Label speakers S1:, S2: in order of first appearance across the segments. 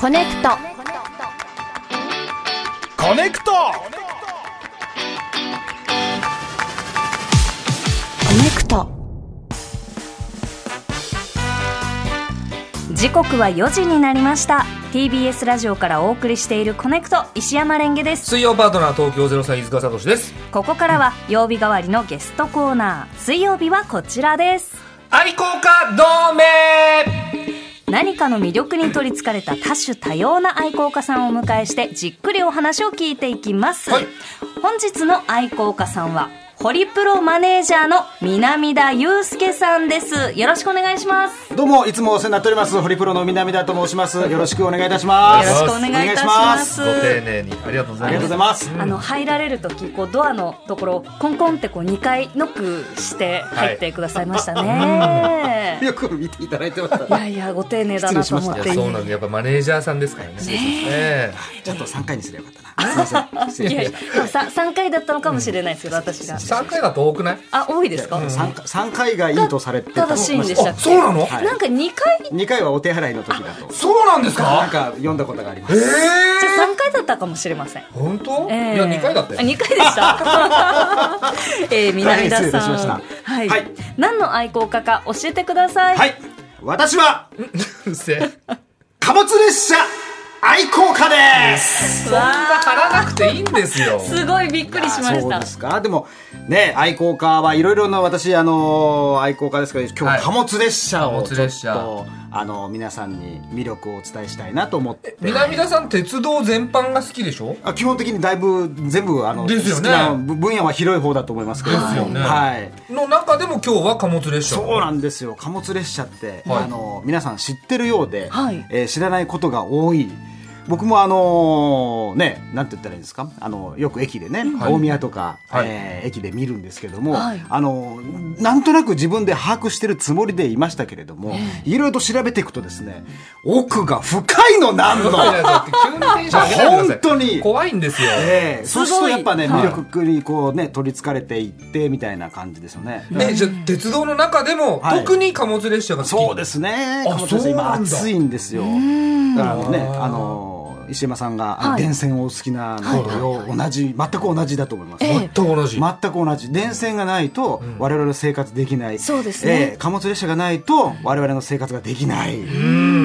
S1: コネクト
S2: コネクト
S1: コネクト
S3: 時刻は4時になりました TBS ラジオからお送りしているコネクト石山レンゲです
S2: 水曜パートナー東京ゼロ飯塚聡です
S3: ここからは曜日代わりのゲストコーナー水曜日はこちらです
S2: 愛好家同盟
S3: 何かの魅力に取りつかれた多種多様な愛好家さんをお迎えしてじっくりお話を聞いていきます、
S2: はい
S3: 本日の愛好家さんはホリプロマネージャーの南田祐介さんですよろしくお願いします
S4: どうもいつもお世話になっておりますホリプロの南田と申しますよろしくお願いいたしま
S3: よろ
S4: す
S3: しくお願いいたします
S2: ご丁寧にありがとうござ
S4: あり
S2: い
S4: がとう
S2: ま
S4: ご
S2: す
S4: ざいます
S3: あの入られる時こうドアのところをコンコンってこう2回ノックして入ってくださいましたね、い
S4: よく見ていただいてましたね
S3: やいやご丁寧だなと思っ
S2: い
S3: て
S2: やそうなんでやっぱマネージャーさんですからねえ
S4: ちょっと3回にすればよかったなすいません
S3: い
S4: 失
S3: や
S4: 礼
S3: いや
S4: しまし
S3: でもさ3回だったのかもしれないですけど、私が
S2: え3回だと多くない
S3: あ多いですか、
S4: た 3, 回がいいとされてた
S3: 正しいんでしたっけ
S2: あそうなの
S4: はい
S3: なんか2回
S4: 2回はお手払いの時だと
S2: そうなんです
S4: なん
S2: か
S4: か読んだことがありま
S2: え
S4: す
S3: じゃ
S2: え
S3: あ3回だったかもしれません
S2: 本当い
S3: ええ
S2: や2回だった
S3: あ
S2: よ
S3: 二回でした。えー、南田
S4: 大変失礼いたし
S3: さん。
S4: ました
S3: はい、
S4: はい
S3: 何の愛好家か教えてください。
S4: はい私は
S2: うっせえ
S4: 貨物列車愛好家です
S2: そんな張らなくていいんですよ
S3: すごいびっくりしま
S4: あ
S3: し
S4: そう
S3: た
S4: で。すかでもね愛好家はいろいろな私あの愛好家ですけど今日は貨物列車
S2: はい
S4: を
S2: 貨
S4: ち
S2: 物
S4: ょっ
S2: 列車
S4: とあの皆さんに魅力をお伝えしたいなと思って
S2: 南田さん鉄道全般が好きでしょ
S4: あ基本的にだいぶ全部あの
S2: ですよね
S4: 好きなぶ分野は広い方だと思いますけれども
S2: ですよね
S4: はい
S2: の中でも今日は貨物列車
S4: そうなんですよ貨物列車って、
S2: はい
S4: あの皆さん知ってるようで、
S3: はい
S4: えー知らないことが多い僕もあのーねなんて言ったらいいんですかあのよく駅でね、
S2: い
S4: 大宮とか、
S2: はい
S4: えー駅で見るんですけども、
S3: はい
S4: あのーなんとなく自分で把握してるつもりでいましたけれども、いろいろと調べていくとですね奥が深いのなんの
S2: いやいやだって急にテンション上げないでください
S4: 本当に
S2: 怖いんですよ
S4: ええそうするとやっぱね
S2: すごい
S4: 魅力にこうね取りつかれていってみたいな感じですよね。
S2: ね、じゃあ鉄道の中でも、
S4: はい
S2: 特に貨物列車が好き
S4: そうですね。
S2: あ
S4: 鴨
S2: そ
S4: 田さ
S2: うんな
S4: 今
S2: んだ
S4: 暑いんですよ。だからあのね
S2: あー
S4: あの石山さんがあの
S3: はい
S4: 電線をお好きなのと同じ全く同じだと思います。
S2: 全く同じ、
S4: 全く同じ電線がないと我々の生活できない、
S3: そうですね
S4: ええ貨物列車がないと我々の生活ができない我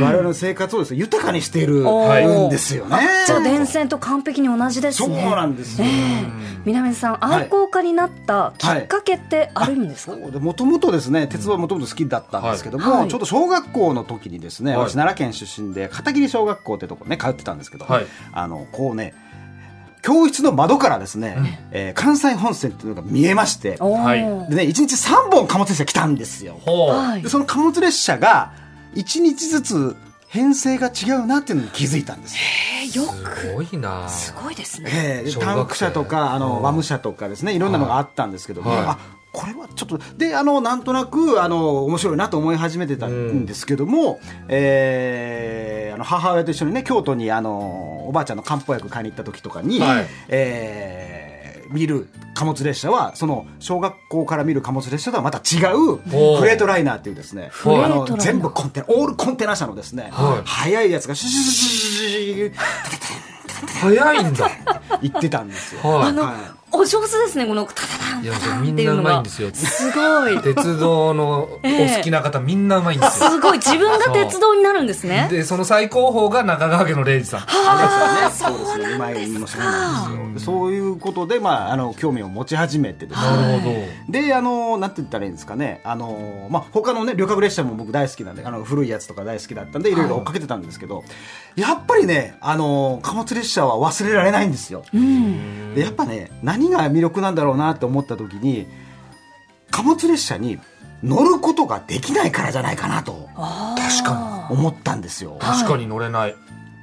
S4: 々の生活をです、ね、豊かにしている
S3: お
S2: ー
S4: んですよね。
S3: じゃあ電線と完璧に同じです
S4: そう
S3: ね。
S4: なんですよ、
S3: 南田さん、
S4: はい
S3: 愛好家になったきっかけってあるんですか。
S4: もともとですね鉄道はもともと好きだったんですけども、
S3: はいはい
S4: ちょっと小学校の時にですね、
S2: はい
S4: 私奈良県出身で片桐小学校ってとこね通ってたんですけど、
S2: はい
S4: あのこうね教室の窓からですね、えー関西本線っていうのが見えまして
S3: おー
S2: はい
S4: でね1日3本貨物列車来たんですよ。
S2: ほう、
S3: はい
S4: でその貨物列車が1日ずつ編成が違うなっていうのに気づいたんですよ。
S3: えーよく。
S2: すごいな
S3: すごいですね。
S4: ええ
S2: 小学生
S4: タンク車とかあ
S2: うん
S4: のワム車とかですねいろんなのがあったんですけども、
S2: はい
S4: あこれはちょっとであのなんとなくあの面白いなと思い始めてたんですけども、えーあの母親と一緒にね京都にあのおばあちゃんの漢方薬買いに行った時とかに、
S2: はい
S4: えー見る貨物列車はその小学校から見る貨物列車とはまた違う
S2: おー
S4: フレートライナーっていうですね
S2: レートラ
S4: あ
S2: イナー
S4: の全部コンテナオールコンテナ車のですね、
S2: はい
S4: 速いやつがシュシュシュシュシュシュ
S2: 早いんだ
S4: 行ってたんですよ。
S2: はい
S3: あの、
S4: は
S3: お上手ですね。このタタタ ン
S2: いや
S3: タ
S2: そ
S3: タ
S2: れ
S3: ン
S2: み
S3: っ
S2: ん
S3: てい
S2: な
S3: う
S2: う
S3: の
S2: まいん
S3: が
S2: ですよ
S3: すご い。
S2: 鉄道のお好きな方、みんなうまいんですよ
S3: すごい自分が鉄道になるんですね。
S2: でその最高峰が中川家の礼二さん
S4: あですよね。そうですね。うまいもそうなんですよ。そういうことで、まあ、あの興味を持ち始めてですね。
S2: なるほど、
S4: で、あの、なんて言ったらいいんですかね。あの、まあ、他のね、旅客列車も僕大好きなんで、あの、古いやつとか大好きだったんで、いろいろ追っかけてたんですけど、やっぱりね、あの、貨物列車は忘れられないんですよ。で、やっぱね、何が魅力なんだろうなって思った時に、貨物列車に乗ることができないからじゃないかなと
S2: 確か
S4: 思ったんですよ。
S2: に確かに乗れない、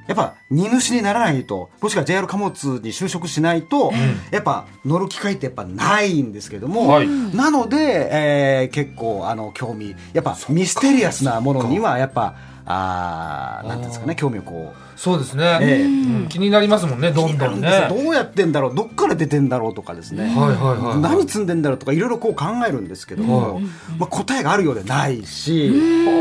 S4: やっぱ荷主にならないともしくは JR 貨物に就職しないと、やっぱ乗る機会ってやっぱないんですけども、
S2: はい
S4: なので、えー結構あの興味やっぱミステリアスなものにはやっぱあーなんていうんですかね興味をこう
S2: そうですね、
S4: ええ
S2: うん気になりますもんねどんどんね
S4: なですよどうやってんだろうどっから出てんだろうとかですね、
S2: はいはいはいはい
S4: 何積んでんだろうとかいろいろこう考えるんですけども、
S2: はい
S4: まあ、答えがあるようでないし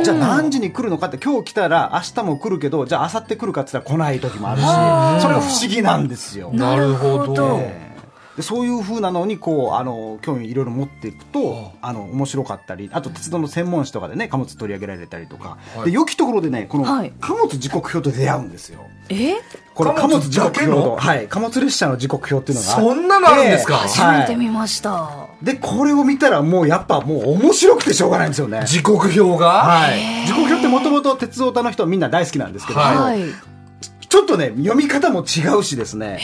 S4: じゃあ何時に来るのかって今日来たら明日も来るけどじゃあ明後日来るかって言ったら来ない時もあるしそれが不思議なんですよ。
S2: なるほ
S3: なるほ
S2: ど
S3: ど
S4: ええでそういうふうなのにこうあの興味いろいろ持っていくとあの面白かったりあと鉄道の専門誌とかでね貨物取り上げられたりとか、
S2: はい
S4: で良きところでねこの
S3: はい
S4: 貨物時刻表と出会うんですよ。
S3: え
S4: この貨
S2: 貨
S4: 物
S2: 物
S4: 時刻表
S2: だけ
S4: の、
S2: の
S4: はい、貨物列車の時刻表っていうのが
S2: そんなのあるんですか
S4: ええ
S3: 初めて見ました、
S4: でこれを見たらもうやっぱもう面白くてしょうがないんですよね
S2: 時刻表が
S4: はい時刻表ってもともと鉄オタの人はみんな大好きなんですけど、
S2: は
S3: はい
S4: ちょっとね読み方も違うしですね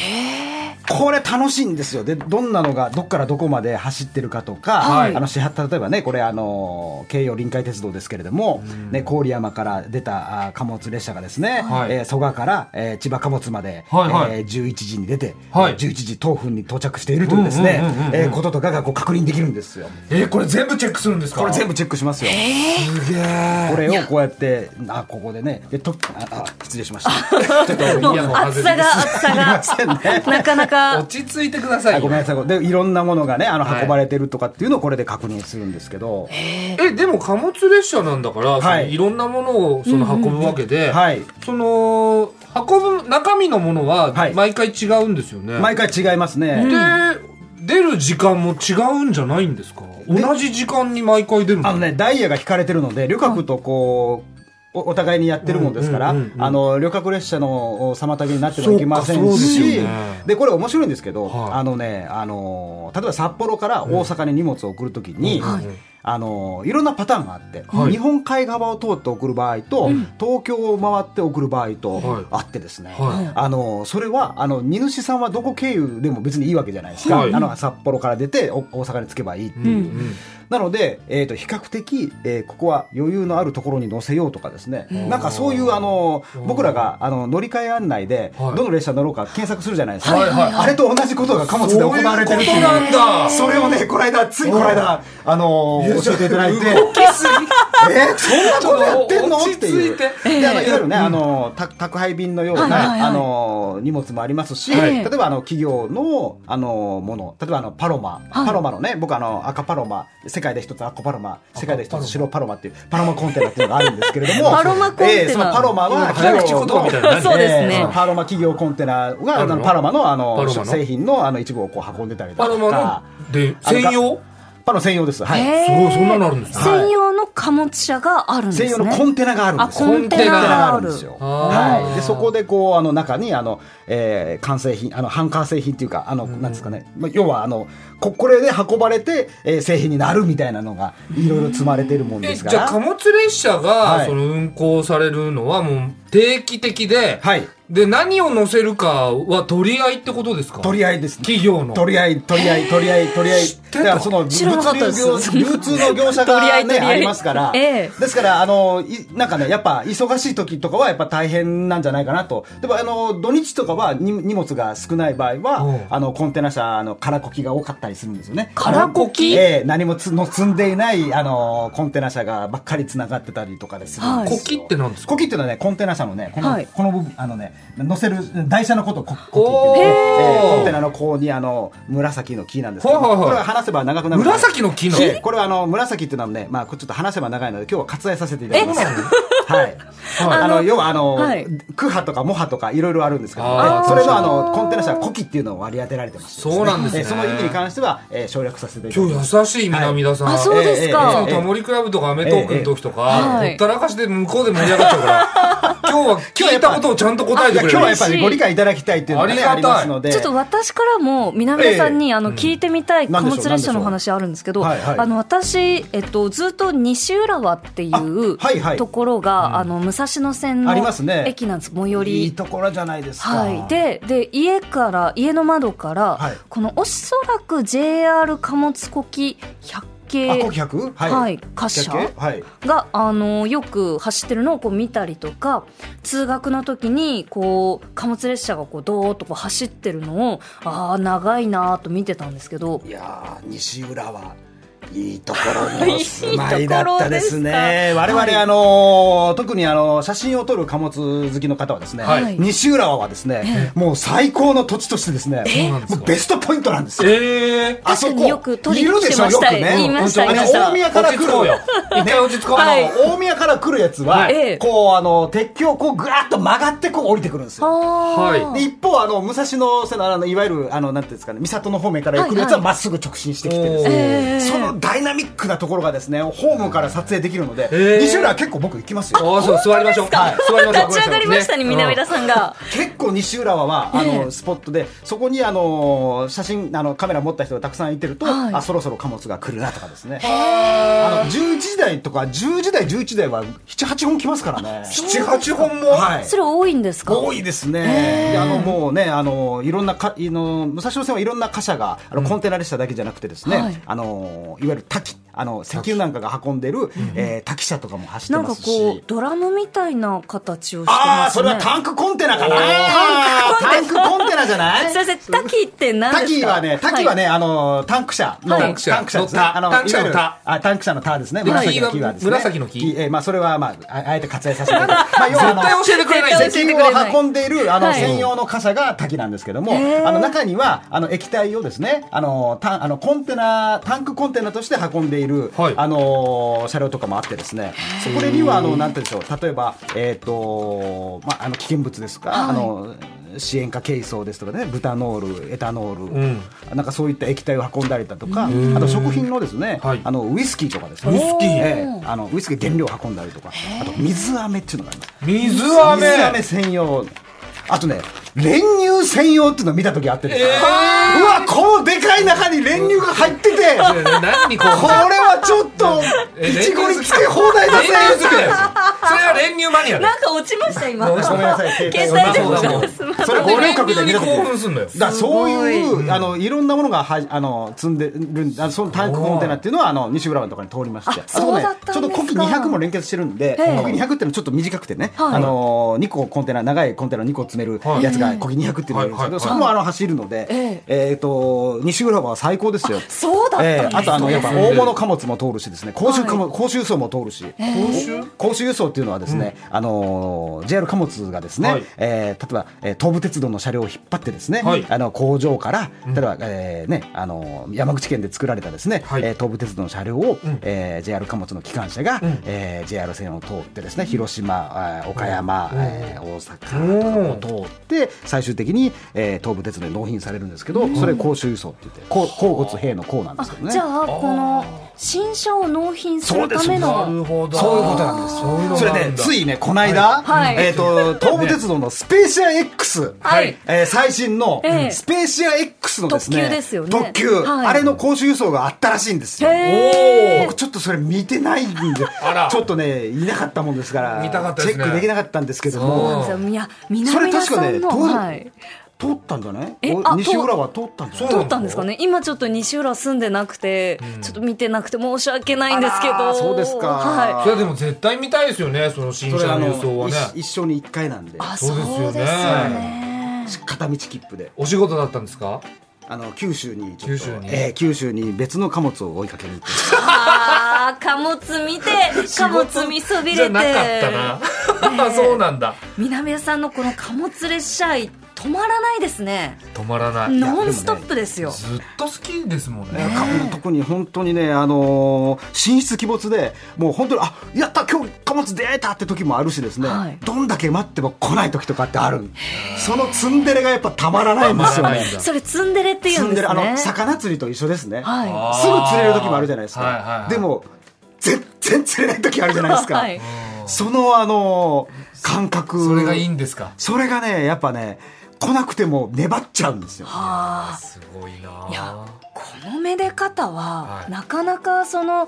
S4: これ楽しいんですよでどんなのがどっからどこまで走ってるかとか、
S2: はい
S4: あの始発例えばねこれあの京葉臨海鉄道ですけれども、ね、郡山から出たあ貨物列車がですね、
S2: はい
S4: えー蘇我から、えー千葉貨物まで、
S2: はいはい
S4: えー11時に出て、
S2: はい
S4: えー11時当分に到着しているというですね
S2: うんうんうんうんうん
S4: えーこととかがこう確認できるんですよ。
S2: えーこれ全部チェックするんですか
S4: これ全
S2: 部
S4: 部チェックしますよ。
S2: すげえ
S4: これをこうやって、あ、ここでね、で、と、あ、あ失礼しました。ちょっと、
S2: い
S3: も
S2: うやもう
S3: 厚さが厚さ
S4: せんね
S3: がなかなか
S2: 落ち着いてくださ
S4: あ
S2: い
S4: ごめんな
S2: よ
S4: さい。で、いろんなものがね、あの、
S2: はい
S4: 運ばれてるとかっていうのをこれで確認するんですけど、
S2: えでも貨物列車なんだから、
S4: い
S2: い、そのいろんなものをその運ぶわけで、
S4: はい
S2: その運ぶ中身のものは
S4: はい
S2: 毎回違うんですよね、
S4: 毎回違いますね。
S2: で出る時間も違うんじゃないんですか
S4: で
S2: 同じ時間に毎回出るの
S4: あのね、ダイヤが引かれてるので、旅客とこう、おお互いにやってるもんですから、
S2: うんうんうんうん
S4: あの旅客列車のお妨げになってはいけませ
S2: そうんかそうです
S4: し、
S2: よ
S4: で
S2: ね
S4: これ面白いんですけど、
S2: はい
S4: あのね、あの例えば札幌から大阪に荷物を送るときに、あのいろんなパターンがあって、
S2: はい
S4: 日本海側を通って送る場合と、東京を回って送る場合
S2: は
S4: と
S2: い
S4: あってですね、
S2: はい
S4: あのそれはあの荷主さんはどこ経由でも別にいいわけじゃないですか、
S2: はい
S4: あの札幌から出てお大阪に着けばいいっていう
S2: うんうん
S4: なので、えー、と比較的、えーここは余裕のあるところに乗せようとかですね、なんかそういうあの僕らがあの乗り換え案内で、
S2: はい
S4: どの列車乗ろうか検索するじゃないですか、
S2: はいはいはい
S4: あれと同じことが貨物で行われてるって
S2: そうい
S4: いう
S2: うことなんだ
S4: それをねこの間ついこの間、あのー教えていただいて。
S2: 動きすぎ
S4: えーそんなことやってんの
S2: ちょっと落ち着
S4: っ
S2: い
S4: て
S2: て
S4: いう。
S2: ええ
S4: であのいわゆるね、あのた宅配便のよう
S3: はいはいはい
S4: なあの荷物もありますし、
S3: はい
S4: 例えばあの企業のあのもの、例えばあのパロマ、
S3: はい
S4: パロマのね、僕あの赤パロマ、世界で一つ赤パロマ、世界で一つ白パロマっていうパロマコンテナっていうのがあるんですけれど も、
S3: パロマコンテナ
S4: ええそのパロマは
S2: 早口言葉みたいなの何
S3: そうですね
S4: ええそのパロマ企業コンテナがあ
S2: ある
S4: の
S2: の
S4: パロマのあの
S2: パロマの
S4: 製品のあの一部をこう運んでたりだ
S2: パロ
S4: と
S2: マ
S4: か、
S2: ので専用
S4: パロ専用です。はい。
S3: へー
S2: すごいそんなのあるんですね
S3: 専用の貨物車があるんですね
S4: 専用のコンテナがあるんです
S3: あ
S4: よ
S3: コ
S2: ンテナ
S4: があるんですよ。
S2: コンテナがある
S4: はい。
S2: あー
S4: でそこでこうあの中にあの、えー完成品あの半完成品っていうかあの、なんですかね、まあ要はあのここれで運ばれて、えー製品になるみたいなのがいろいろ積まれてるもん
S2: え
S4: ですか
S2: じゃあ貨
S4: ら。
S2: 物列車
S4: は
S2: が
S4: い
S2: その運行されるのはもう定期的で、
S4: はい。
S2: で何を載せるかは取り合いってことですか
S4: 取り合いですね。
S2: 企業の
S4: 取り合い、取り合い、取り合い、取り合い。
S2: てた
S4: だからその物
S3: 知らなかった
S4: 流
S3: です
S4: 業流通の業者
S3: 取り合
S4: が
S3: い取
S4: ね、
S3: り合い
S4: ありますから。
S3: ええ
S4: ですから、あの、いなんかね、やっぱ忙しい時とかはやっぱ大変なんじゃないかなと。でも、あの、土日とかはに荷物が少ない場合
S2: う
S4: は
S2: ん、
S4: あの、コンテナ車の空こきが多かったりするんですよね。
S3: 空こき
S4: あのええ何もつの積んでいない、あの、コンテナ車がばっかり繋がってたりとかでするんで
S2: は
S4: すよ。
S2: いこきって何ですか
S4: こきっていうのはね、コンテナ車のね、この、
S3: はい
S4: この部分、あのね、乗せる台車のことをここきって言
S2: おー
S4: うんですよえーコンテナのこうにあの紫の木なんですけど、
S2: はいはいはい
S4: これは話せば長くなる
S2: 紫の木なの
S4: えー これはあの紫っていうのはね、まあ、これちょっと話せば長いので今日は割愛させていただきます
S2: えそうなの
S4: はい、
S2: はい
S4: あ
S3: あ
S4: の
S3: の
S4: 要はあの、
S3: はい
S4: クハとかモハとかいろいろあるんですけど、
S2: あー
S4: えそれのあのコンテナ車はコキっていうのを割り当てられてましてす、
S2: そうなんですね
S4: えーその意味に関しては、えー省略させていただ
S2: 今
S4: きます
S2: 日優しい南田さん、
S3: あそうです
S4: ええええええ
S3: か
S2: いつもタモリクラブとかアメトークの時とか、
S3: ええええはい
S2: ほったらかしで向こうで盛り上がっちゃうから、今日は聞いたことをちゃんと答え
S4: い
S2: て
S4: や
S2: くれ
S4: 今日
S2: る
S4: はやっぱりご理解いただきたいっていうのが、ね、あ
S2: あ
S4: り
S2: りがたい
S4: ますので
S3: ちょっと私からも南田さんに、あの聞いてみたい貨物列車の話あるんですけど、
S4: なんでしょうはいはい
S3: あの私、えっと、ずっと西浦和っていう
S4: あはいはい
S3: ところが、あの武蔵野線の
S4: ありますね
S3: 駅なんです、最寄
S4: いい
S3: り。
S4: ところじゃないですか、
S3: はい、でで家から家の窓から、
S4: はい
S3: このおそらく JR 貨物呼気百景
S4: あコキ 100? はい、
S3: はい貨車
S4: はい
S3: が、あのよく走ってるのをこう見たりとか通学の時にこう貨物列車がこうドーッとこう走ってるのをああ長いなーと見てたんですけど
S4: いやー西浦和いいところ にお住まいだったですね。我々、あのー特にあの写真を撮る貨物好きの方はですね、
S2: はい
S4: 西浦和はですね、もう最高の土地としてですね
S2: そうなんで、す
S4: も
S2: か
S4: うベストポイントなんですよ。
S2: ええ
S4: あそ
S3: 確かに
S4: こ
S3: よく取
S4: い
S3: り
S4: る
S3: に来
S4: で
S3: て
S4: しょ
S3: ま
S4: よ
S3: し
S4: く
S3: た
S4: ね。
S3: 言いました
S4: あの
S3: 言いました
S4: 大宮から来
S2: 落ち着こうよ
S4: る。
S2: 一回落ち着こう
S3: はい
S4: あの大宮から来るやつは、
S3: ええ
S4: こうあの鉄橋をこうぐらっと曲がってこう降りてくるんですよ。
S3: は
S4: で一方あの武蔵野線のあのいわゆるあのなんていうんですかね三郷の方面から来るや
S3: はい
S4: つ
S3: は
S4: はいまっすぐ直進してきてです
S2: おー
S4: ね。
S3: えー
S4: そのダイナミックなところがですねホームから撮影できるので、
S2: えー
S4: 西浦は結構僕行きますよ。
S2: ああそう座りましょうはい座りましょう
S3: 立ち上がりましたね、南田
S2: さ
S3: さんが。
S4: 結構西浦和はあの、
S3: ええ
S4: スポットでそこにあの写真あのカメラ持った人がたくさんいてると、
S3: はい
S4: あそろそろ貨物が来るなとかですねあの11時台とか10時台11時台は78本来ますからね
S2: 78本も
S4: はい
S3: それ多いんですか
S4: 多いですね、であのもうね、あのいろんなかあの武蔵野線はいろんな貨車があのコンテナ列車だけじゃなくて、ですね、
S3: はい
S4: い、あのいわゆる滝、あの石油なんかが運んでる、えー滝車とかも走っ
S3: な
S4: て
S3: んか
S4: ますし、
S3: こう、ドラムみたいな形をして
S4: あ
S3: ま
S4: あ、そ
S3: す
S4: れは
S3: ね。
S4: タンクコンテナかな、
S3: タ
S4: タ
S3: ン
S4: ン
S3: クコ
S4: ク
S3: ンテナ
S4: コンテナじ ゃな
S3: す
S4: い
S3: いません、滝って何です
S4: 滝
S3: か
S4: はね、滝はね、あのタンク車の、
S3: はい
S4: タンク車、
S2: タン
S4: タ
S2: ク車
S4: ンク車ですね、
S2: のタ
S4: あの
S2: タンク車のタ
S4: いわゆるあタンク車のタですね、
S2: 今
S4: 紫の木はですね、
S2: 紫の木
S4: えーまあそれはまあああえて割愛させていただき ます。まあ要はあの
S2: 絶対教えてくれない
S3: 絶対
S4: 石油を運んでいるあの
S3: はい
S4: 専用の傘が滝なんですけども、
S3: へー
S4: あの中にはあの液体をですねあのタンあのコンテナタンクコンテナとして運んでいる、
S2: はい
S4: あの車両とかもあってですねそこにはあのなんていうんでしょう例えばえっ、とまああの危険物ですか、
S3: はい
S4: あの支援化ケイソウですとかね、ブタノール、エタノール、
S2: ん
S4: なんかそういった液体を運んだりだとか、あと食品のですね、
S2: はい
S4: あのウイスキーとかですね、
S2: ウイスキー
S4: ええあのウイスキー原料を運んだりとか、あと水飴っていうのがあります。
S2: 水
S4: 水
S2: 飴
S4: 飴専用あとね練乳専用っていうのを見た時あってですね、うわこのでかい中に練乳が入ってて
S2: えー何にこう
S4: これはちょっと
S2: え
S4: いちごにつけ放題だぜ
S2: 練乳好きだよそれは練乳マニアだよ
S3: なんか落ちました、今。
S4: ごめんなさい携
S3: 携
S4: 帯
S3: 帯電
S2: そうだもん
S3: 話がすま
S4: それ五稜郭で見
S2: 練乳
S4: た時
S2: に興奮すんのよ
S4: だからそうい
S3: す
S4: うあのいろんなものがはあの積んでるあのそのタンクコンテナっていうのはあの西浦和のところに通りまして
S3: あそうだったんですか
S4: あとねちょっと古希200も連結してるんで
S3: ええ
S4: 古希200っていうのはちょっと短くてね、
S3: はい
S4: あの2個コンテナ長いコンテナ2個詰めるやつが古希200っていうのがあるんですけど、
S2: はい
S4: そこもあの走るので、
S3: え
S4: えー、と西浦和は最高ですよ。
S3: そうだった
S4: え
S3: ん
S4: え
S3: です
S4: あとあのやっぱ
S2: そうです
S4: 大
S2: ね
S4: 物貨物も通るしですね公衆貨物公衆輸送も通るし
S2: 口臭
S4: 公衆輸送っていうのはですね、あのー JR 貨物がですね、
S2: はい
S4: えー例えば、えー東武鉄道の車両を引っ張ってですね、
S2: はい
S4: あの工場から例えば、えーねあのー山口県で作られたですね、
S2: はい
S4: えー東武鉄道の車両を、
S2: ん
S4: えー JR 貨物の機関車が、
S2: ん
S4: えー JR 線を通ってですね広島、えー岡山、
S2: うん
S4: えー大阪とかを通って最終的に、えー東武鉄道に納品されるんですけど、それ公衆輸送って言ってこう甲骨兵の甲なんですけどね。
S3: じゃあ、この、新車を納品するため
S2: なる
S3: の。
S2: ほど
S4: そういうことなんです
S2: そういうのが
S4: それ
S2: ある
S4: で
S2: んだ
S4: ついねこの間、
S3: はい
S4: えっ、と東武鉄道のスペーシア X
S3: はい。
S4: えー最新の
S3: ええ
S4: スペーシア X のですね、
S3: 特急ですよね
S4: 特急
S3: はい
S4: あれの公衆輸送があったらしいんですよ。
S3: へー
S4: 僕ちょっとそれ見てないんで
S2: あら、
S4: ちょっとね、いなかったもんですから、
S2: 見たかったです
S4: チ
S2: ね
S4: ェックできなかったんですけど
S3: そう
S4: も、
S3: なんですよ。いや、
S4: そ
S3: 南
S4: れ
S3: 田
S4: 確
S3: さ
S4: か
S3: ん
S4: ね、
S3: の、はい。
S4: 通通ったんじゃない
S3: え
S4: お
S3: あ
S4: 西浦和通ったんじゃない
S3: 通ったんですかね今ちょっと西浦住んでなくて、ちょっと見てなくて申し訳ないんですけ
S4: あら
S3: ど
S4: ーそうですか
S3: はい、
S2: いやでも絶対見たいですよねその新
S4: それ
S2: 車
S4: あ
S2: の
S4: の
S2: 輸送はね
S4: 一一生に一回なんで、
S3: あそ
S2: そうう
S3: ですよ
S2: ですよね
S3: ね
S4: 片道切符で。
S2: お仕事だったんですか
S4: あの九州にちょ
S2: 九
S4: っと
S2: 州に
S4: えー九州に別の貨物を追いかけに行って
S3: あー貨物見て貨物見そび
S2: じ
S3: れ
S2: ゃ
S3: て
S2: なか ったなそうなんだ
S3: 南谷さんのこの貨物列車愛止まらないですね
S2: 止まらない
S4: もね
S3: ノンストップですよ、
S2: ずっと好きですもんね
S4: か特に本当にね、あのー神出鬼没でもう本当にあやった今日貨物出会えたって時もあるしですね、
S3: はい
S4: どんだけ待っても来ない時とかってあるそのツンデレがやっぱたまらないんですよ
S2: たまらない
S4: ね
S2: んだ
S3: それツンデレってい
S4: ツ
S3: うん
S4: ン
S3: で
S4: デレ
S3: す
S4: あ
S3: ね
S4: の魚釣りと一緒ですね、
S3: は
S2: あー
S4: すぐ釣れる時もあるじゃないですか、
S2: はいはいはい
S4: でも全然釣れない時あるじゃないですか、
S3: はい
S4: そのあのー感覚
S2: それがいいんですか
S4: それがねやっぱね来なくても粘っちゃうんですよ
S3: あ
S2: すごい
S3: ーいや
S2: な
S3: このめで方は、
S2: はい
S3: なかなかその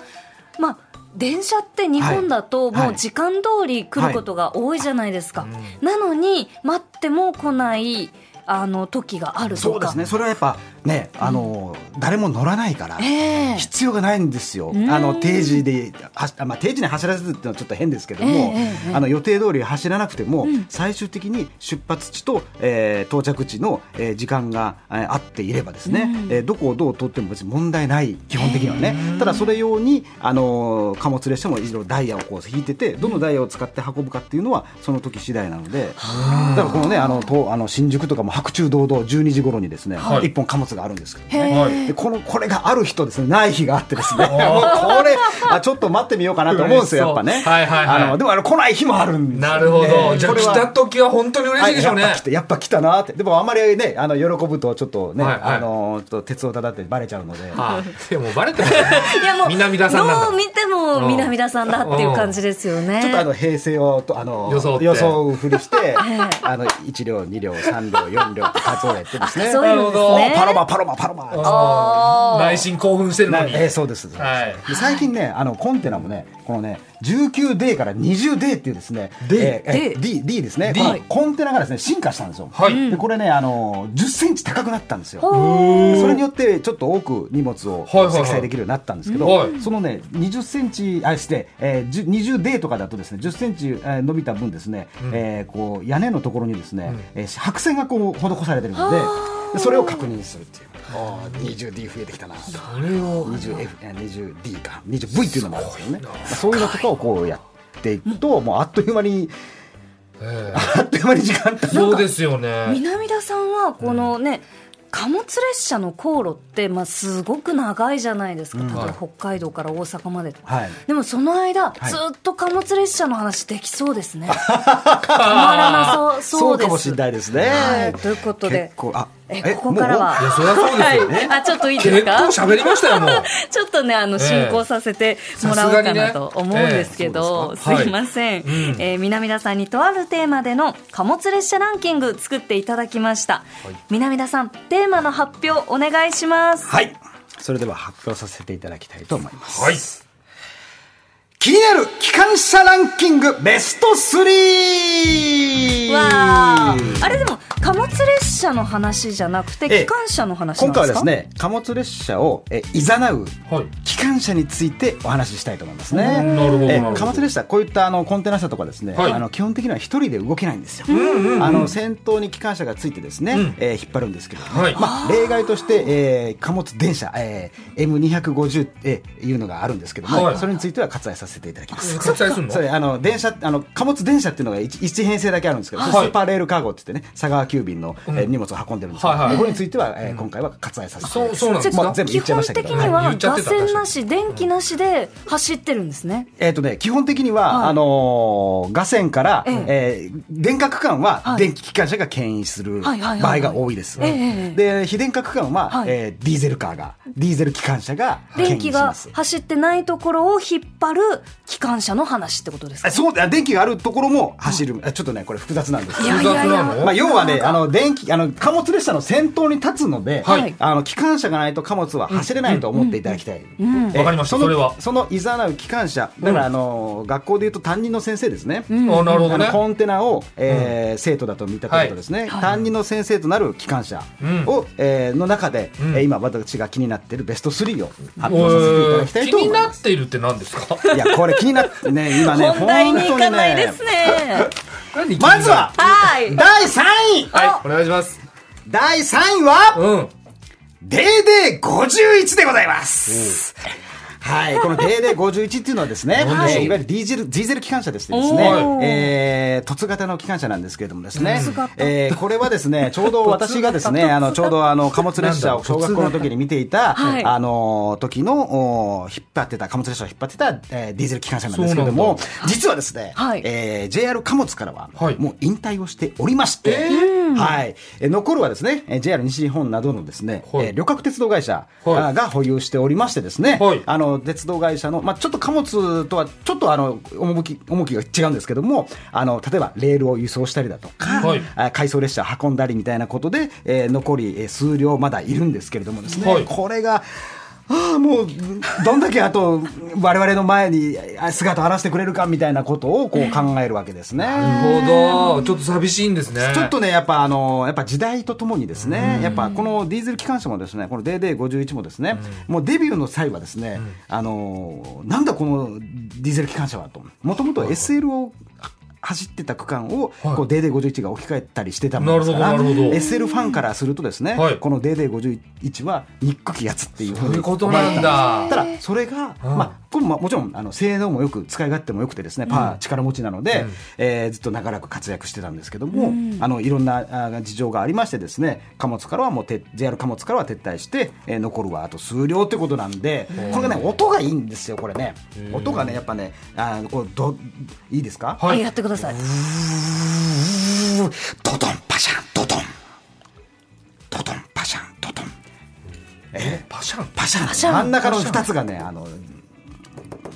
S3: まあ電車って日本だと
S4: はい
S3: もう時間通り来ることが多いじゃないですか、
S2: い
S3: なのに待っても来ないあの時があるとか
S4: そうですねそれはやっぱねあの、誰も乗らないから、
S3: ええ
S4: 必要がないんですよ、
S3: ん
S4: あの定時で、はあまあ、定時に走らせるっていうのはちょっと変ですけど
S3: ええ
S4: も、
S3: ええ
S4: あの予定通り走らなくても、最終的に出発地と、えー到着地の、えー時間が、えー合っていればですね、えーどこをどう通っても別に問題ない、基本的にはね、ただそれ用に、あのー貨物列車もいろいろダイヤをこう引いてて、どのダイヤを使って運ぶかっていうのは、その時次第なので、だからこのね、あのとあの新宿とかも白昼堂々、12時頃にですね、
S2: はい
S4: 一本貨物があるんですけど、
S3: へえ
S2: はい
S4: でこのこれがある人ですねない日があってですねもうこれあちょっと待ってみようかなと思うんですよやっぱね、
S2: 嬉しそうはいはいはい
S4: あのでもあの来ない日もあるんですよ
S2: なるほど、じゃあ
S4: これ
S2: 来
S4: は
S2: た時は本当に嬉しいでしょうね、
S4: はいやっぱ来たやっぱ来たなってでもあんまりねあの喜ぶとちょっとね、
S2: はいはい
S4: あのちょっと鉄を叩いてバレちゃうので、
S2: はいでもバレてますよ
S3: いやもう
S2: 南田さんなんだ
S3: どう見ても南田さんだっていう感じですよね。
S4: ちょっとあの平成をとあの
S2: 予想って
S4: うふりして あの1両2両3両4両って数えてですね
S3: そういうのですね。
S4: パロマパロマパロマって
S3: あー
S2: 内心興奮してるの
S4: な
S2: に、
S4: えーそうです、そうです
S2: はい
S4: で最近ねあのコンテナもねこのね 19D から 20D っていうですね
S2: デ
S4: えーえー
S3: D
S4: D, D ですね
S2: D
S4: このコンテナがですね進化したんですよ、
S2: はい
S4: でこれねあの10センチ高くなったんですよそれによってちょっと多く荷物を
S2: はいはいはい
S4: 積載できるようになったんですけど、
S2: はい
S4: そのね20センチあして、えー、10 20D とかだとですね10センチ、えー伸びた分ですね、えーこう屋根のところにですね、えー白線がこう施されてるのででそれを確認するっていうあー 20D 増えてきたなと
S2: それを
S4: 20F え 20D か 20V っていうのもあるんですよねまあそういうのとかをこうやっていくと、もうあっという間に
S2: え
S4: あっという間に時間
S2: え
S4: 経
S2: そうですよね
S3: 南田さんはこのね、貨物列車の航路って、まあ、すごく長いじゃないですか、例え
S2: はい
S3: ば北海道から大阪までとか、
S4: はい
S3: でもその間、
S4: い
S3: ずっと貨物列車の話できそうです ね。止まらなそうそうです
S4: かもしれないですね、
S3: はいということで
S4: 結構あ
S3: えここからはい
S2: やそりゃそうですよ、
S3: はい、あちょっといいで
S2: 結
S3: すか
S2: 構喋りましたよもう
S3: ちょっとね、あの、
S2: ええ
S3: 進行させてもらおうかなと
S2: さすが
S3: 思う
S2: にね
S3: んですけど、
S2: ええ
S3: す
S2: そうですか
S3: いません。
S2: はいうん
S3: えー南田さんにとあるテーマでの貨物列車ランキング作っていただきました。南田さん、テーマの発表お願いします。
S4: はいそれでは発表させていただきたいと思います、
S2: はい
S4: 気になる機関車ランキングベスト 3!
S3: わあ、あれでも貨物列車の話じゃなくて
S4: ええ
S3: 機関車の話なん
S4: 今
S3: ですか
S4: 回はですね貨物列車をえ誘う
S2: はい
S4: 機関車についてお話ししたいと思いますね。
S2: なるほどな
S4: え
S2: るほど
S4: 貨物列車こういったあのコンテナ車とかですね、
S2: はい
S4: あの基本的には一人で動けないんですよ。あの先頭に機関車がついてですね、えー引っ張るんですけど、ね
S2: はい
S4: まあ例外として、えー貨物電車、えー、M250 っていうのがあるんですけども、
S2: はい
S4: それについては割愛させていただきます。
S2: 活躍するの
S4: それあの電車あの貨物電車っていうのが一一編成だけあるんですけど、
S2: はい
S4: スーパーレールカーゴって言ってね佐川急便の、えー荷物を運んでるんですけど、
S2: はいはい
S4: これについては、えー今回は割愛させていただき
S2: そ
S4: ま
S2: うそうな
S4: す
S2: んです
S4: ま
S2: か
S4: あ全部
S3: 基
S4: 言っちゃい
S3: 本
S4: ましたけ
S3: 的
S4: ど
S3: に
S2: はい
S3: は
S2: 言っちゃっ
S3: ガ
S2: てた
S3: センなし電気なしで走ってるんですね。
S4: えーとね、基本的には、
S3: はい
S4: あのー架線から、
S3: え
S4: えー電化区間
S3: は
S4: はい電気機関車が牽引する場
S3: はいはいはいは
S4: 合
S3: い
S4: が多いです。
S3: ええ
S4: で、非電化区間は、
S3: はい
S4: えーディーゼルカーが、ディーゼル機関車が牽
S3: 電
S4: 引し
S3: 気が
S4: ます。
S3: 走ってないところを引っ張る機関車の話ってことですか
S4: あそうあ電気があるところも走る、あちょっとね、これ複雑なんですけど
S3: いやいやいや、
S4: まあ、要はね、あの電気あの貨物列車の先頭に立つので、
S3: はい
S4: あの機関車がないと貨物は走れないと思っていただきたい。
S3: ん
S4: え
S2: わかりました
S4: の
S2: それは
S4: そのいざなう機関車、だから、あの学校でいうと担任の先生ですね。
S2: あなるほど
S4: あ
S2: ね
S4: のコンテナを、えー生徒だと見たということですね、担任の先生となる機関車を、えーの中で、
S2: ん
S4: えー今私が気になっているベスト3を発表させていただきた
S2: えー
S4: い
S2: 気
S4: と思い
S2: にな
S4: ま
S2: っ
S4: す。
S2: ているって何ですか
S4: いやこれ気になっ てね今ね
S3: 本題に行かないで
S4: 本
S3: す
S4: 当に
S3: ね。
S2: 何
S4: まずは
S3: はい。
S4: 第3位
S2: はいお願いします
S4: 第3位は、
S2: うん
S4: デーデー51でございます。はい、このデーデー51っていうの はですね、
S2: はい
S4: えーいわゆるディーゼル、ディーゼル機関車でしてです
S3: おー
S4: ね、えー、凸型の機関車なんですけれどもですね
S3: 凸型、
S4: えー、これはです ね、ちょうど私がですね、あの、ちょうどあの、貨物列車を小学校の時に見ていた、
S3: はい
S4: あの、時の、おー引っ張ってた、貨物列車を引っ張ってた、えー、ディーゼル機関車なんですけれども
S2: そ、
S4: 実はですね、
S3: はい
S4: えー、JR 貨物からは
S2: はい、
S4: もう引退をしておりまして、はい、えー残るはですね、えー JR 西日本などのですね、
S2: はい
S4: えー旅客鉄道会社あ
S2: はい
S4: ーが保有しておりましてですね、
S2: はい
S4: あの鉄道会社の、まあ、ちょっと貨物とはちょっとあの趣き重きが違うんですけどもあの例えばレールを輸送したりだとか、
S2: はい
S4: あ回送列車を運んだりみたいなことで、えー残りえー数量まだいるんですけれどもですね、
S2: はい
S4: これが。ああもうどんだけあと 我々の前に姿を現してくれるかみたいなことをこう考えるわけですね。
S2: なるほど。ちょっと寂しいんですね。
S4: ちょっとね、やっぱあの、やっぱ時代とともにですね、やっぱこのディーゼル機関車もですね、この DD51 もですね、もうデビューの際はですね、あの、なんだこのディーゼル機関車はと、もともと SL を走ってた区間を、
S2: はい
S4: こう DD51 が置き換えたりしてたものですから、
S2: なるほどなるほど
S4: SL ファンからするとですね、
S2: はい
S4: この DD51 はニックキやつっていうふ
S2: そう
S4: う
S2: い
S4: に
S2: うことなんだ。
S4: ただそれが、
S2: うん
S4: まあ、これももちろんあの性能もよく使い勝手もよくてですねパワー力持ちなので、えーずっと長らく活躍してたんですけども、あのいろんなあ事情がありましてですね貨物からはもうて JR 貨物からは撤退して、えー残るはあと数量ってことなんで、これがね音がいいんですよこれね、音がねやっぱねあーこうどいいですか、
S2: はい
S3: あやってください。
S4: ドドンパシャンドドンドドンパシャンドドンえ
S2: パシャン。
S4: パシャン
S3: シャン
S4: 真ん中の2つがねあの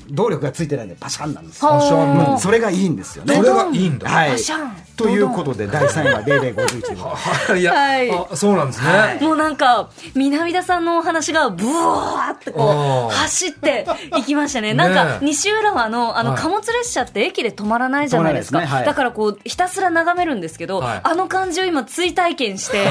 S4: 動力がついてないんでパシャンなんですよ
S3: はあ
S2: シャン
S4: うんそれがいいんですよね
S2: それがいいんだ。
S4: はい
S3: パシャン
S4: ということで第3位は「デーデー51号」
S2: いや、
S3: はい
S2: あそうなんですね。
S3: もうなんか、南田さんのお話が、ブワーって
S2: あー
S3: こう、走っていきましたね。
S2: ね
S3: なんか、西浦和の、あの、
S2: はい
S3: 貨物列車って駅で止まらないじゃないですか。
S4: 止まらないですねはい
S3: だからこう、ひたすら眺めるんですけど、
S2: はい
S3: あの感じを今、追体験して、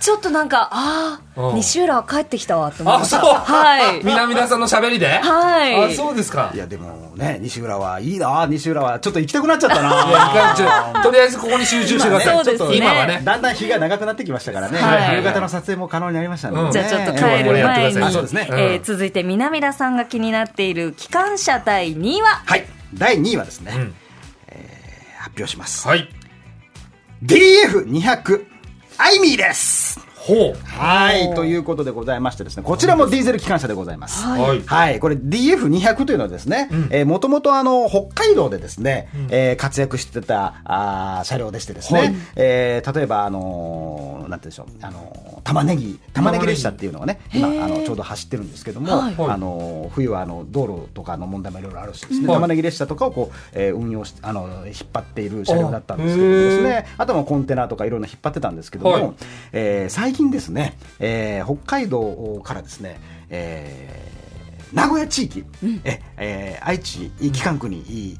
S3: ちょっとなんか、あ
S2: う
S3: あ、
S2: ん
S3: 西浦和帰ってきたわって思いました。
S2: あそう
S3: はい。
S2: 南田さんの喋りで。
S3: はい
S2: あそうですか。
S4: いやでもね西浦はいいな西浦はちょっと行きたくなっちゃった
S2: いやいかんちゅう
S4: な
S2: とりあえずここに集中してください。
S3: 今ねそうですね
S2: 今はね。
S4: だんだん日が長くなってきましたからね、
S3: はい
S4: 夕方の撮影も可能になりましたのでね、
S2: うん
S3: じゃあちょっと帰る前に、
S2: あ
S4: そうですね
S3: え
S2: う
S3: ー
S2: ん
S3: 続いて南田さんが気になっている機関車第2位は、
S4: はい第2位はですね、
S2: うん
S4: えー発表します、
S2: はい。
S4: DF200 アイミーです
S2: ほ
S4: はいということでございましてですねこちらもディーゼル機関車でございます
S2: う。はい。
S4: はい、これ DF200 というのはですね
S2: ん、
S4: もともとあの北海道でですね、えー活躍してたあー車両でしてですね、
S2: はい
S4: えー例えばあのーなんて言うんでしょう、あのー玉ねぎ玉ねぎ列車っていうのがね、今あのちょうど走ってるんですけども、
S3: はい
S2: はい
S4: あのー冬はあの道路とかの問題もいろいろあるしですね、
S2: はい
S4: 玉ねぎ列車とかをこう、えー運用しあの引っ張っている車両だったんですけどもです
S2: あ
S4: ね、あとはコンテナとかいろんな引っ張ってたんですけども、
S2: はい
S4: えー最近ですね、えー北海道からですね、えー名古屋地域、ええー愛知機関区にいいい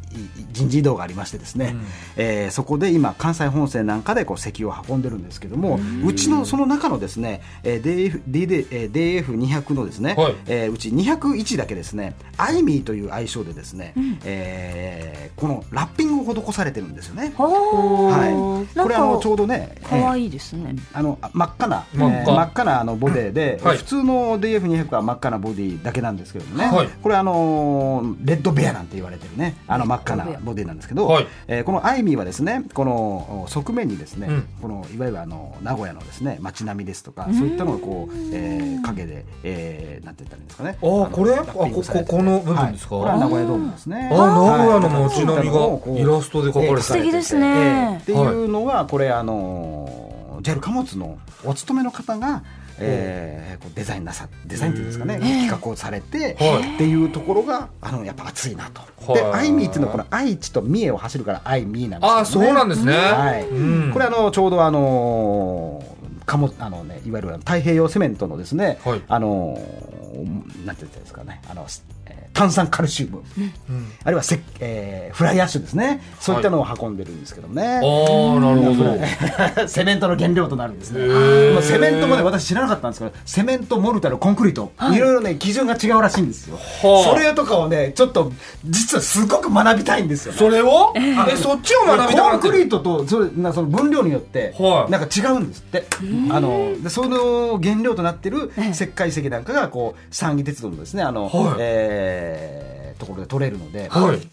S4: 人事異動がありましてですね、えーそこで今関西本線なんかでこう石油を運んでるんですけども、うちのその中のですね、えー、DF, DD えー DF200 のですね、
S2: はい
S4: えーうち201だけですねアイミーという愛称でですね、えーこのラッピングを施されてるんですよね。
S3: おー
S4: はい、これあのちょうどね、えー
S3: 可愛いですね。
S4: あのあ真っ赤なえー
S2: 真
S4: 真
S2: っ
S4: っ
S2: 赤
S4: 赤,、なあのボディで、
S2: はい
S4: 普通の DF200 は真っ赤なボディだけなんですけどね、
S2: はい
S4: これあのーレッドベアなんて言われてるねあの真っ赤なボディなんですけど、
S2: はい
S4: えーこのアイミーはですねこのお側面にですね、
S2: うん
S4: このいわゆるあの名古屋のですね街並みですとかそういったのがこう、えー影で、えーなんて言ったらいいんですかね
S2: あー
S4: の
S2: これ
S4: ラッピングされて
S2: あこここの部分ですか
S4: はい、これは名古屋ドームですね
S2: あ名古屋の街並みがイラストで描かれてる
S3: 素敵ですね
S4: っていうのがこれあの JAL 貨物のお勤めの方が、えーこうデザインなさデザインっていうんですかね企画をされて、
S2: はい
S4: っていうところがあのやっぱ熱いなと。
S2: はい
S4: で「アイミー」っていうのはこの愛知と三重を走るから「アイミー」なんですよね。
S2: あーそうなんですね。
S4: はい
S2: うん
S4: これあのちょうどあの貨物あのねいわゆる太平洋セメントのですね、
S2: はい
S4: あのなんて言ったらいいですかねあのえー炭酸カルシウム、
S2: うん
S4: あるいはせ、えーフライアッシュですねそういったのを運んでるんですけどもね、
S2: あ あなるほど。
S4: セメントの原料となるんですね。
S2: ー
S4: まあセメントもね私知らなかったんですけど、セメント、モルタル、コンクリート、い、ろいろね基準が違うらしいんですよ。
S2: はあ
S4: それとかをねちょっと実はすごく学びたいんですよ、ね。
S2: それをえそっちを学びたく
S4: コ
S2: な
S4: ン
S2: って
S4: ク
S2: る
S4: リートとそれなその分量によって
S2: はい
S4: なんか違うんですって、あのでその原料となってる石灰石なんかがこう三義鉄道のですねあの、
S2: はい
S4: えーところで取れるので、
S2: はい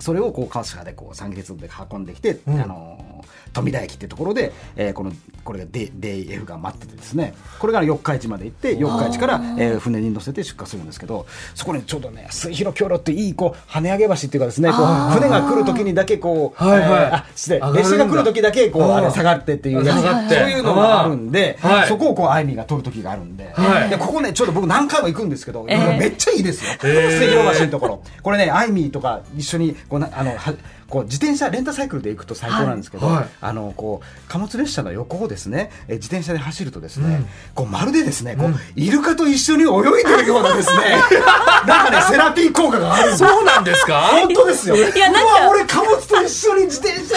S4: それをこう川島でこう三月で運んできて、
S2: うん
S4: あのー富田駅ってところで、えーこのこれが D- DF が待っててですねこれから四日市まで行って四日市から、えー船に乗せて出荷するんですけどそこにちょうどね水広橋梁っていいこう跳ね上げ橋っていうかですねこう船が来る時にだけこう、
S2: はいはい
S4: えーあ失礼
S2: 上がるんだ
S4: 列車が来る時だけこう
S2: あー
S4: あれ下がってっていうやつ
S2: 下がって
S4: そういうのがあるんで、
S2: はい
S4: そこをこうアイミーが取る時があるんで,、
S2: はい
S4: でここねちょっと僕何回も行くんですけど、めっちゃいいですよ、
S2: えー
S4: 水広橋のところこれねアイミーとか一緒にこうなあのはこう自転車レンタサイクルで行くと最高なんですけど、
S2: はい
S4: あのこう貨物列車の横をですね、えー自転車で走るとですね、
S2: うん
S4: こうまるでですね、こう
S2: うん
S4: イルカと一緒に泳いでるようなですね、 なんかねセラピー効果があるんです。
S2: そうなんですか
S4: 本当ですよ。
S3: いやなんか
S4: うわ俺貨物と一緒に自転車で走って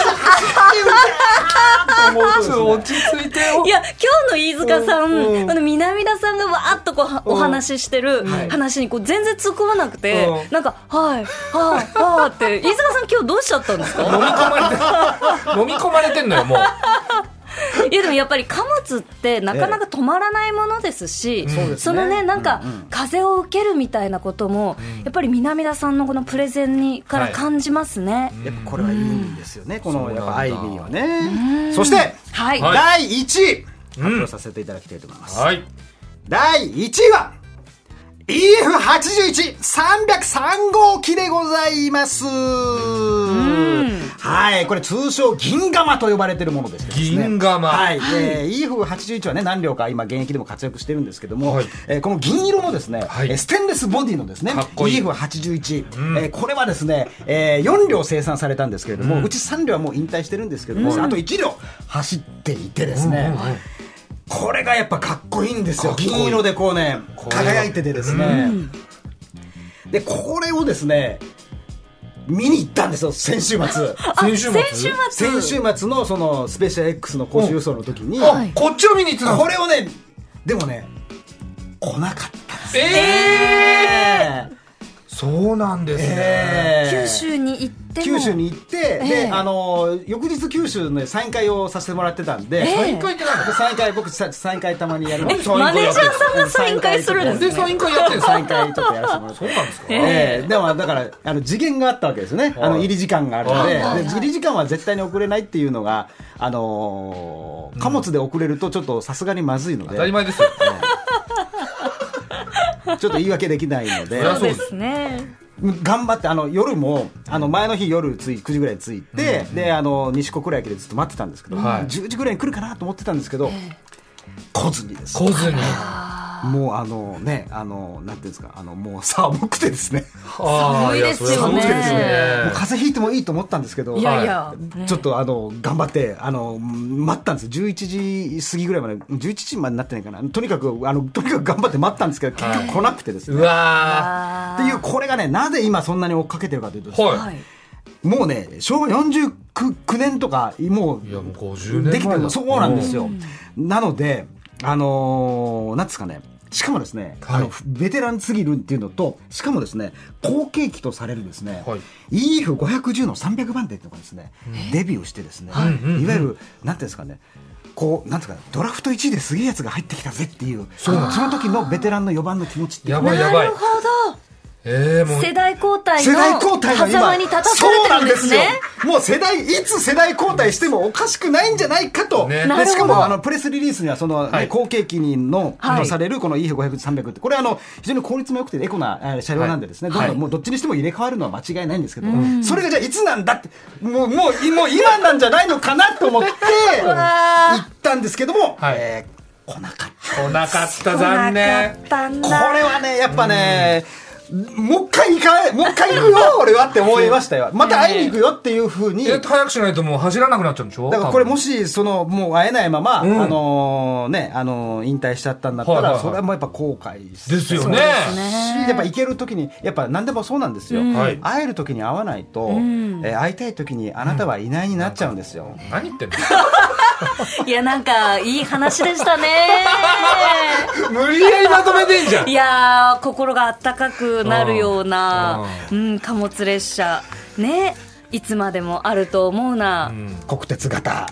S4: るんだーって
S2: ちょっと
S4: 思うと
S2: 落ち着いてよ
S3: いや今日の飯塚さん、
S4: うんうん
S3: あの南田さんがわーっとこうはお話ししてる
S2: はい
S3: 話にこう全然突っ込まなくて、
S2: うん
S3: なんか「はいはいはい」 って飯塚さん今日どうしちゃったんです
S2: 飲
S3: か
S2: み込まれて飲み込まれてんのよもう
S3: いやでもやっぱり貨物ってなかなか止まらないものですし、
S2: そうですね
S3: のねなんか
S4: うんうん
S3: 風を受けるみたいなことも、やっぱり南田さんのこのプレゼンにから感じますね。
S4: ですね。やっぱこれはいいんですよね。こ
S2: そう
S4: の
S2: なんだ
S4: やっぱアイビーはね。そして
S3: はい、
S2: はい
S4: 第1位
S2: うん
S4: 発表させていただきたいと思います。
S2: はい
S4: 第1位は EF81303 号機でございます。はい、これ通称銀釜と呼ばれてるものですけどですね。
S2: 銀釜
S4: はい、えー、EF81 はね何両か今現役でも活躍してるんですけども、
S2: はい
S4: えーこの銀色のですね、
S2: はい
S4: えーステンレスボディのですね
S2: かっこいい
S4: EF81、えーこれはですね、え4両生産されたんですけれども、うち3両はもう引退してるんですけども、あと1両走っていてですね、これがやっぱかっこいいんですよ
S2: かっこいい
S4: 銀色でこうね
S2: これは
S4: 輝いててですね、でこれをですね見に行ったんですよ先 週末
S2: 先週末
S3: 先週末
S4: 先週末のそのスペシャル X の講習予想の時に、
S2: あこっちを見に行ってた
S4: こ
S2: の
S4: れをねでもね来なかったです
S2: ええ
S4: ね、
S2: そうなんですね
S4: えー
S3: 九州に行っても
S4: 九州に行って、
S3: ええ
S4: であの翌日九州のサイン会をさせてもらってたん
S3: え
S4: で、
S3: え
S4: サイン会ってなんだサイン会僕さサイン会たまにやるの
S3: えマネージャーさんがサイン会するんですね
S2: でサイン会やってるんです
S4: サイ
S2: か
S4: ン会ちょっとやらせてもらっ
S2: そ
S4: て
S2: うなんですか
S4: ええでもだからあの次元があったわけですよね、あの
S2: はい
S4: 入り時間があるので,、
S2: はい
S4: で入り時間は絶対に遅れないっていうのが、あのー貨物で遅れるとちょっとさすがにまずいの
S2: 当たり
S4: で、
S2: 前ですよ
S4: ちょっと言い訳できないので
S2: そりゃ
S3: そうですね。
S4: 頑張ってあの夜もあの前の日夜つい9時ぐらいに着いて、であの西小倉駅でずっと待ってたんですけど、
S2: はい
S4: 10時ぐらいに来るかなと思ってたんですけど、来ずにです
S2: 小津に
S4: もうあのねあのなんていうんですかあのもう寒くてですね
S2: あー
S3: 寒いですよ
S2: やそりゃそう
S3: ね
S2: ですよ
S4: もう風邪ひいてもいいと思ったんですけど
S3: いやいや、
S4: ちょっとあの頑張ってあの待ったんですよ11時過ぎぐらいまで11時までになってないかなとにかくあのとにかく頑張って待ったんですけど結局来なくてです
S2: う
S4: ね、
S2: わ
S3: あ
S4: っていうこれがねなぜ今そんなに追っかけてるかというと、
S2: ー
S3: ー
S2: は
S3: はいい。
S4: もうね昭和49 9年とかも
S2: いやもう
S4: う
S2: 50年前だ
S4: できてるそうなんですよなのであのーなんですかねしかもですね、
S2: はい
S4: あのベテランすぎるっていうのとしかもですね後継機とされるですね、
S2: はい
S4: EF510 の300番手っていうのがですね、デビューしてですね、
S2: い
S4: い、わゆるなんていうんですかねこうなんていうかドラフト1位ですげえやつが入ってきたぜっていうその時のベテランの4番の気持ちっていう
S2: や
S4: の
S2: ばいやば
S3: ないるほ
S2: ええも
S3: ど。
S2: う
S3: 世代交代
S4: 世
S3: の
S4: 代交代が
S3: 狭間
S4: 今
S3: に立たされてるんです
S4: そう
S3: ね
S4: なん。ですよもう世代いつ世代交代してもおかしくないんじゃないかと、
S2: ね
S4: で
S3: なるほど
S4: しかもあのプレスリリースにはその、ね
S2: はい
S4: 後継機の、
S3: はい
S4: とされるこの EF500300 ってこれあの非常に効率も良くてエコなえー車両なんでですね、
S2: はい
S4: どんどんもうどっちにしても入れ替わるのは間違いないんですけど、それがじゃあいつなんだってもうもういもう今なんじゃないのかなと思 って行ったんですけども、
S2: はい
S4: えー来なかった。
S2: 来なかった残
S3: 来
S2: 念
S3: なかったん
S4: こ
S3: だ。
S4: れはねやっぱね、もう一回行かもう一回行くよ 俺はって思いましたよまた会いに行くよっていうふうに
S2: え
S4: だ
S2: 早くしないともう走らなくなっちゃうんでしょ
S4: からこれもしそのもう会えないまま、
S2: ん
S4: あのねあの引退しちゃったんだったら、
S2: はいはいはい
S4: それはもうやっぱ後悔す
S2: で
S4: る
S2: すよね
S3: そうですね
S4: しやっぱ行ける時にやっぱ何でもそうなんですよ、
S2: はい
S4: 会える時に会わないと、えー会いたい時にあなたはいないになっちゃうんですよ、
S2: 何言ってんの
S3: いやなんかいい話で したね。
S2: 無理やりまとめてんじゃん
S3: いやー心があったかくなるような、
S2: う
S3: うん、貨物列車ねいつまでもあると思うな、
S4: 国鉄型、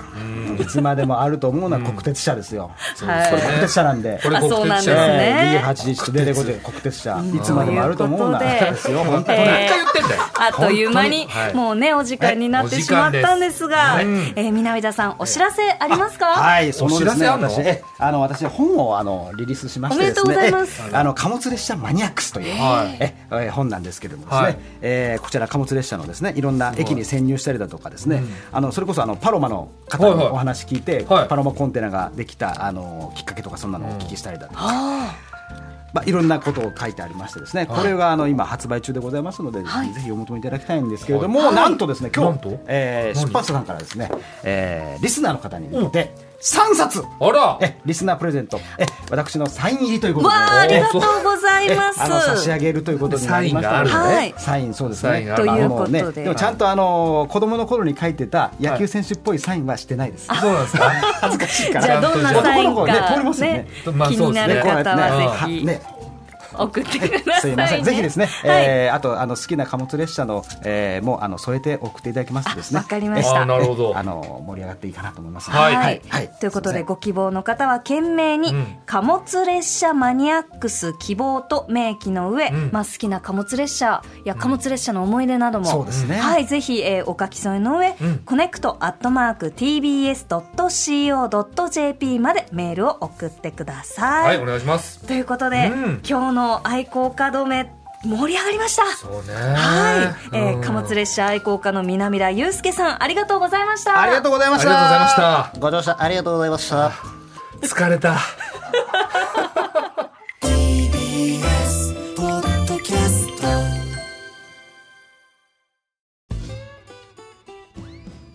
S4: いつまでもあると思うのは国鉄車ですよ、
S3: はい
S4: これ国鉄車なんで
S2: これ
S3: あそうな
S2: 国鉄
S3: んです
S2: 車
S4: え
S3: ね
S4: ー、。D81 でレコで国鉄車いつまでもあると思うな
S3: ということで
S4: ですよ本当に、
S3: えー
S2: 何回言ってんだよ
S3: あっという間に
S2: 本当はい
S3: もうねお時間になっ
S2: は
S3: て
S2: い
S3: しまったんですが、
S2: お時間です
S3: えー南田さんお知らせありますか？
S4: はい、そので
S2: お
S4: す
S2: 知らせ
S4: ね、
S2: あんの
S4: 私、えあの、私、本を、あの、リリースしましてです
S3: おめ
S4: ね。
S3: でとうございます
S4: えあの、貨物列車マニアックスという、
S2: はい
S4: え、え本なんですけれどもですね。
S2: はい
S4: えーこちら貨物列車のですね、いろんな駅に潜入したりだとかですね。あの、それこそ、あの、パロマの方
S2: はい
S4: に
S2: はい
S4: お話聞いて、
S2: はい
S4: パロマコンテナができた、あの、きっかけとか、そんなのをお聞きしたりだとか。
S3: あ
S4: まあ、いろんなことを書いてありましてですね、これがあの今発売中でございますので、
S3: はい
S4: ぜひお求めいただきたいんですけれども、
S3: はい
S4: なんとですね今
S2: なん
S4: 日
S2: と、
S4: えー、
S2: 何
S4: 出版社さんからですね、えー、リスナーの方に向けて3冊、
S2: あら
S4: えリスナープレゼントえ私のサイン入りということで。
S3: わあありがとうござい
S4: え
S3: ます。
S4: あの差し上げるということになりましたので
S2: サイン
S3: があるのね
S4: サインそうです
S2: サイン
S4: ね
S2: がある
S4: あの
S3: ということで
S4: ねでもちゃんとあの子供の頃に書いてた野球選手っぽいサインはしてないです、
S2: そうなんですか
S4: 恥ずかしい
S3: じ
S4: から
S3: ゃあどんなサイン
S4: 男の子ね通
S3: か
S4: りますよ
S3: ね
S4: ね
S2: まあ
S3: 気
S2: そう
S3: に
S2: です
S3: な
S2: ね
S3: る方はぜ
S4: ね
S3: ひ
S4: ね
S3: 送ってくだ
S4: す
S3: さ
S4: いませ
S3: い
S4: ん、
S3: ね。
S4: ぜひですね、
S3: はい
S4: えーあとあの好きな貨物列車の、えー、もうあの添えて送っていただきますとですね。
S3: あわかりました
S2: あなるほど
S4: えあの盛り上がっていいかなと思います。
S2: はい
S3: ということで、
S4: すま
S3: ご希望の方は懸命に、
S2: うん
S3: 貨物列車マニアックス希望と明記の上、
S2: ん
S3: まあ、好きな貨物列車や貨物列車の思い出なども、
S4: そうですね
S3: はい、ぜひ、えーお書き添えの上、
S2: ん
S3: コネクトアットマーク TBS.CO.JP までメールを送ってくださ。
S2: はいいお願いします
S3: ということで、
S2: うん
S3: 今日の愛好家止め盛り上がりました。
S2: そうね
S3: はい、えー貨物
S2: 列
S3: 列車愛好家の南田祐介さんありがとうございまし
S4: せん
S3: た
S4: ありがとうございました。
S2: ありがとうございました
S4: ご乗車ありがとうございました。
S2: 疲れた
S1: TBS ポッドキャスト